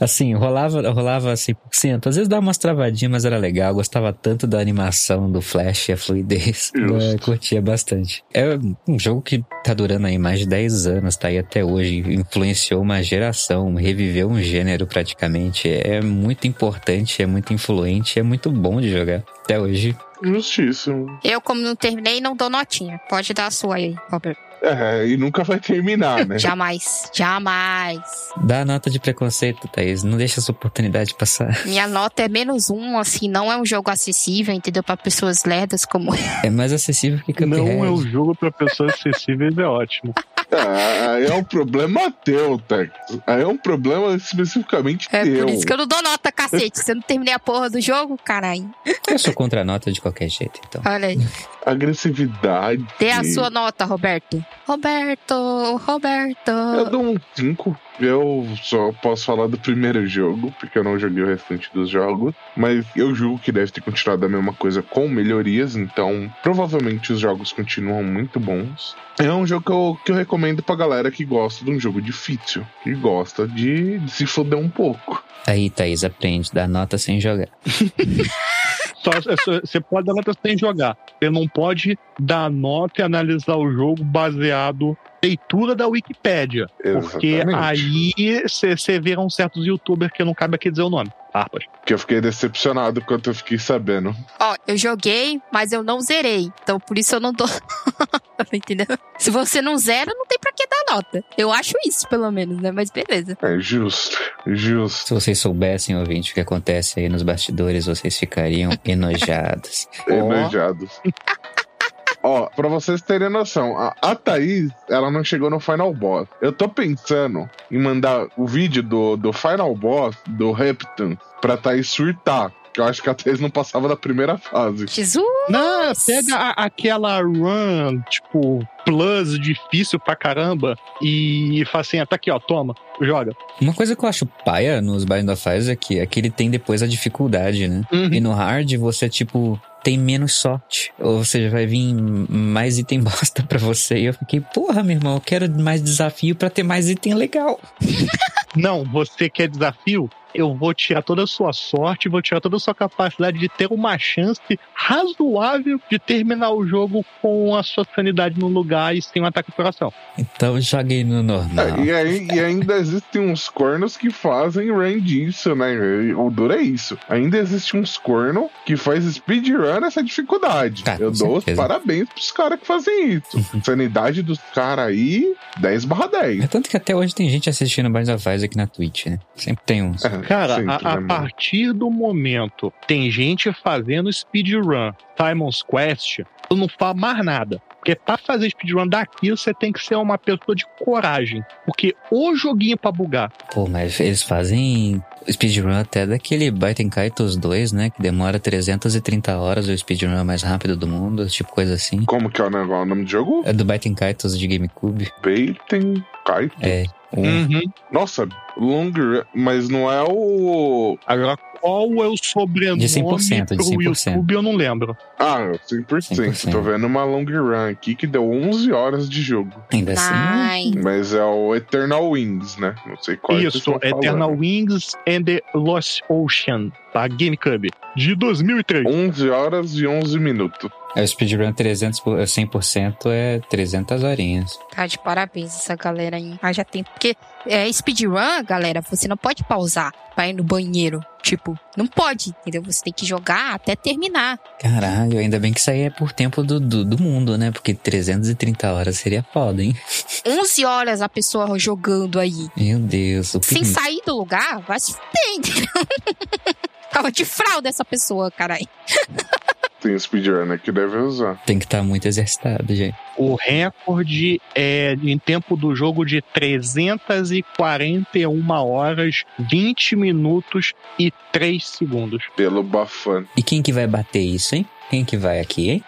C: assim, rolava, rolava 100%. Às vezes dava umas travadinhas, mas era legal. Eu Gostava tanto da animação, do flash, a fluidez. [LAUGHS]
A: Justo.
C: Eu curtia bastante. É um jogo que tá durando aí mais de 10 anos, tá aí até hoje. Influenciou uma geração, reviveu um gênero praticamente. É muito importante, é muito influente, é muito bom de jogar. Até hoje
A: Justíssimo.
B: Eu, como não terminei, não dou notinha. Pode dar a sua aí, Robert.
A: É, e nunca vai terminar,
B: [LAUGHS]
A: né?
B: Jamais, jamais.
C: Dá nota de preconceito, Thaís. Não deixa essa oportunidade passar.
B: Minha nota é menos um, assim, não é um jogo acessível, entendeu? Pra pessoas lerdas como eu.
C: É mais acessível que Cuphead.
D: Não é um jogo pra pessoas acessíveis, é ótimo.
A: Ah, aí é um problema teu, Tex. Aí é um problema especificamente
B: É
A: teu.
B: por isso que eu não dou nota, cacete. Se eu não terminei a porra do jogo, caralho.
C: eu sou contra a nota de qualquer jeito, então.
B: Olha aí.
A: Agressividade.
B: Dê a sua nota, Roberto. Roberto,
A: Eu
B: Roberto.
A: dou um 5. Eu só posso falar do primeiro jogo, porque eu não joguei o restante dos jogos. Mas eu julgo que deve ter continuado a mesma coisa com melhorias, então provavelmente os jogos continuam muito bons. É um jogo que eu, que eu recomendo recomendo pra galera que gosta de um jogo difícil, que gosta de, de se foder um pouco.
C: Aí, Thaís, aprende, dá nota sem jogar.
D: Só- é só- você pode dar nota sem jogar. Você não pode dar nota e analisar o jogo baseado na leitura da Wikipédia. Porque aí você você vira um certo youtuber que não cabe aqui dizer o nome. Farpas.
A: Porque eu fiquei decepcionado quando eu fiquei sabendo.
B: Ó, eu joguei, mas eu não zerei. Então por isso eu não dou. [LAUGHS] Entendeu? Se você não zera, não tem pra que dar nota. Eu acho isso, pelo menos, né? Mas beleza.
A: É justo, justo.
C: Se vocês soubessem, ouvinte, o que acontece aí nos bastidores, vocês ficariam enojados.
A: Enojado. [LAUGHS] Ó, pra vocês terem noção, a, a Thaís, ela não chegou no Final Boss. Eu tô pensando em mandar o vídeo do, do Final Boss, do Repton, pra Thaís surtar. Que eu acho que a Thaís não passava da primeira fase.
B: Jesus!
D: Não, pega a- aquela run, tipo, plus difícil pra caramba e fala assim: ah, tá aqui, ó, toma, joga.
C: Uma coisa que eu acho paia nos Bind of Fires é que, é que ele tem depois a dificuldade, né?
D: Uhum.
C: E no hard você, tipo, tem menos sorte. Ou seja, vai vir mais item [LAUGHS] bosta pra você. E eu fiquei, porra, meu irmão, eu quero mais desafio pra ter mais item legal.
D: Não, você quer desafio? Eu vou tirar toda a sua sorte, vou tirar toda a sua capacidade de ter uma chance razoável de terminar o jogo com a sua sanidade no lugar e sem um ataque ao coração.
C: Então eu joguei no normal.
A: É, e, aí- e ainda existem uns cornos que fazem range isso, né? E O duro é isso. Ainda existe uns corno que faz speedrun essa dificuldade.
C: Tá,
A: Eu
C: com
A: dou os
C: certeza.
A: parabéns pros caras que fazem
C: [LAUGHS]
A: isso. Sanidade dos caras aí, 10 barra 10.
C: [LAUGHS] É tanto que até hoje tem gente assistindo Bind of Fires aqui na Twitch, né? Sempre tem uns.
D: Cara,
A: Sempre,
D: a, a
A: né, mano?
D: partir do momento tem gente fazendo speedrun Simon's Quest, eu não falo mais nada. Porque pra fazer speedrun daquilo, você tem que ser uma pessoa de coragem. Porque o joguinho pra bugar.
C: Pô, mas eles fazem speedrun até daquele Baiten Kaitos 2, né? Que demora 330 horas o speedrun mais rápido do mundo, tipo coisa assim.
A: Como que é o, negócio, o nome do jogo?
C: É do Baiten Kaitos de GameCube.
A: Baiten Kite.
C: É. Um.
A: Hum.
D: Uhum.
A: Nossa, long run, mas não é o.
D: Agora, qual é o sobrenome
C: De 100%, de
D: pro
C: 100%.
D: YouTube, eu não lembro.
A: Ah, 100%.
C: 100%.
A: Tô vendo uma long run aqui que deu 11 horas de jogo.
C: Ainda assim.
B: Ai.
A: Mas é o Eternal Wings, né? Não sei qual que
D: Isso,
A: vocês estão
D: Eternal
A: falando.
D: Wings and the Lost Ocean, tá? GameCube, de 2003.
A: 11 horas e 11 minutos.
C: É o speedrun 300, por- 100% é 300 horinhas.
B: Tá de parabéns essa galera aí. Ah, já tem. Porque é, speedrun, galera, você não pode pausar pra ir no banheiro. Tipo, não pode, entendeu? Você tem que jogar até terminar.
C: Caralho, ainda bem que isso aí é por tempo do, do, do mundo, né? Porque 330 horas seria foda, hein?
B: 11 horas a pessoa jogando aí.
C: Meu Deus, o é
B: Sem
C: pigmento.
B: sair do lugar, vai se fuder, entendeu? [LAUGHS] Tava de fralda essa pessoa, caralho.
A: Tem speedrunner que deve usar.
C: Tem que estar muito exercitado, gente.
D: O recorde é em tempo do jogo de 341 horas, 20 minutos e 3 segundos.
A: Pelo Bafan.
C: E quem que vai bater isso, hein? Quem que vai aqui, hein?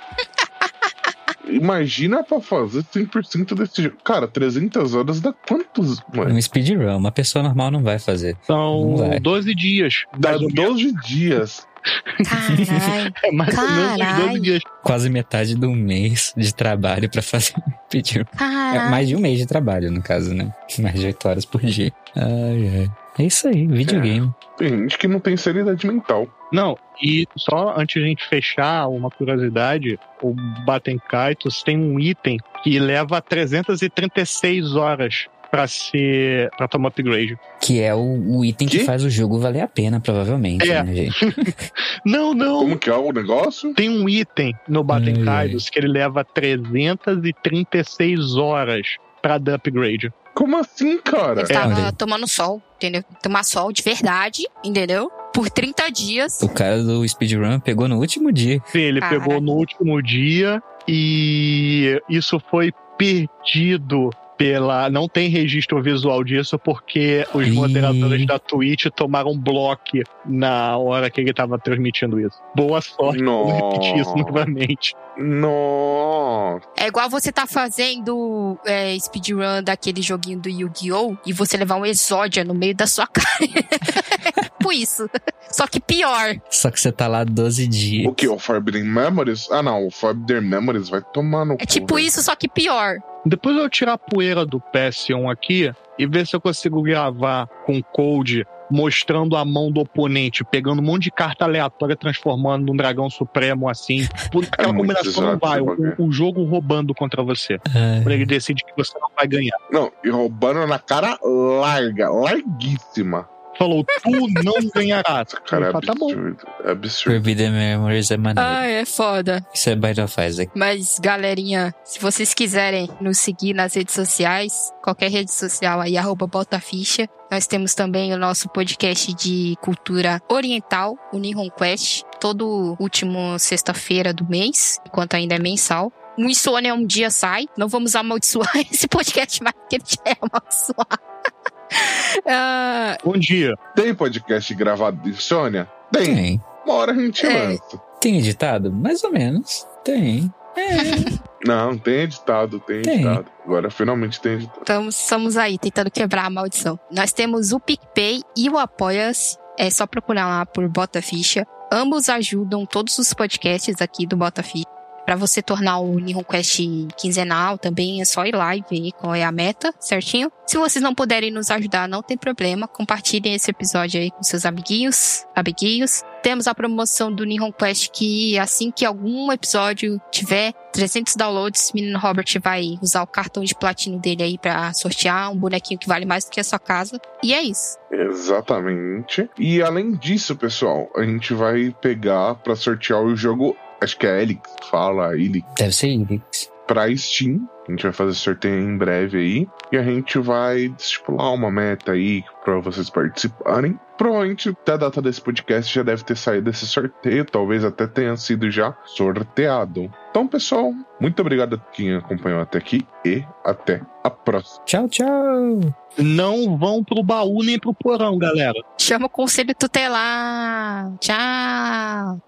A: Imagina pra fazer 100% desse jogo. Cara, 300 horas dá quantos? Mano?
C: Um speedrun, uma pessoa normal não vai fazer.
D: São
C: Ué.
D: 12 dias.
A: Dá
D: mais ou menos.
A: 12 dias.
B: [LAUGHS] Caralho.
D: É mais ou menos uns 12
B: Caralho.
D: dias.
C: Quase metade do mês de trabalho pra fazer um speedrun. É
B: Caralho.
C: mais de um mês de trabalho, no caso, né? [LAUGHS] Mais de 8 horas por dia. Ai, ai. É isso aí, videogame.
A: Tem gente que não tem seriedade mental.
D: Não, e só antes de a gente fechar, uma curiosidade: o Baten Kaitos tem um item que leva 336 horas pra ser. pra tomar upgrade.
C: Que é o, o item que?
A: Que?
C: faz o jogo valer a pena, provavelmente,
D: É.
C: né, gente?
D: Não, não!
A: Como que é o negócio?
D: Tem um item no Baten
C: Ai, ai.
D: Kaitos que ele leva 336 horas pra dar upgrade.
A: Como assim, cara?
D: É,
B: Eu tava
C: olha aí.
B: tomando sol, entendeu? Tomar sol de verdade, entendeu? Por 30 dias.
C: O cara do speedrun pegou no último dia.
D: Sim, ele
B: Caraca.
D: pegou no último dia e isso foi perdido. Pela, não tem registro visual disso porque os
C: Ih.
D: moderadores da Twitch tomaram bloco na hora que ele estava transmitindo isso. Boa sorte
A: Oh.
D: vou repetir [LAUGHS] isso
A: Nossa.
D: novamente.
A: Nossa.
B: É igual você tá fazendo é, speedrun daquele joguinho do Yu-Gi-Oh! e você levar um exódia no meio da sua [LAUGHS] cara. tipo isso. Só que pior.
C: Só que você tá lá 12 dias.
A: O que? O Forbidden Memories? Ah, não. O Forbidden Memories vai tomar no
B: É tipo
A: velho.
B: isso, só que pior.
D: Depois eu tirar a poeira do PS1 aqui e ver se eu consigo gravar com Code mostrando a mão do oponente, pegando um monte de carta aleatória, transformando num dragão supremo assim. Por- Aquela
A: É muito
D: combinação não
A: exato,
D: vai, o,
A: bagulho.
D: o jogo roubando contra você.
C: É.
D: Quando ele decide que você não vai ganhar.
A: Não, e roubando na cara larga, larguíssima.
D: Falou, tu não ganharás.
A: Cara, é
D: Ele fala, tá bom.
A: absurdo. É absurdo.
C: Forbidden Memories é maneiro.
B: Ah, é foda.
C: Isso é Bite of Isaac.
B: Mas, galerinha, se vocês quiserem nos seguir nas redes sociais, qualquer rede social aí, arroba Bota Ficha. Nós temos também o nosso podcast de cultura oriental, o Nihon Quest, todo último sexta-feira do mês, enquanto ainda é mensal. O Insônia um dia sai. Não vamos amaldiçoar [LAUGHS] esse podcast mais, porque ele já é amaldiçoado. [LAUGHS] Ah,
D: Bom dia.
A: Tem podcast gravado de Sônia? Tem.
C: Tem.
A: Uma hora a gente
B: É.
A: lança.
C: Tem editado? Mais ou menos. Tem. É.
A: Não, tem editado, tem,
C: Tem.
A: editado. Agora finalmente tem editado.
B: Então, estamos aí tentando quebrar a maldição. Nós temos o PicPay e o Apoia-se. É só procurar lá por Bota Ficha. Ambos ajudam todos os podcasts aqui do Bota Ficha. Pra você tornar o Nihon Quest quinzenal também, é só ir lá e ver qual é a meta, certinho? Se vocês não puderem nos ajudar, não tem problema. Compartilhem esse episódio aí com seus amiguinhos, amiguinhos. Temos a promoção do Nihon Quest que assim que algum episódio tiver 300 downloads, o menino Robert vai usar o cartão de platino dele aí pra sortear um bonequinho que vale mais do que a sua casa. E é isso.
A: Exatamente. E além disso, pessoal, a gente vai pegar pra sortear o jogo. Acho que é Elix, fala Elix.
C: Deve ser Ilix.
A: pra Steam. A gente vai fazer sorteio em breve aí. E a gente vai estipular uma meta aí pra vocês participarem. Provavelmente até a data desse podcast já deve ter saído esse sorteio. Talvez até tenha sido já sorteado. Então, pessoal, muito obrigado a quem acompanhou até aqui e até a próxima.
C: Tchau, tchau.
D: Não vão pro baú nem pro porão, galera.
B: Chama o conselho tutelar. Tchau.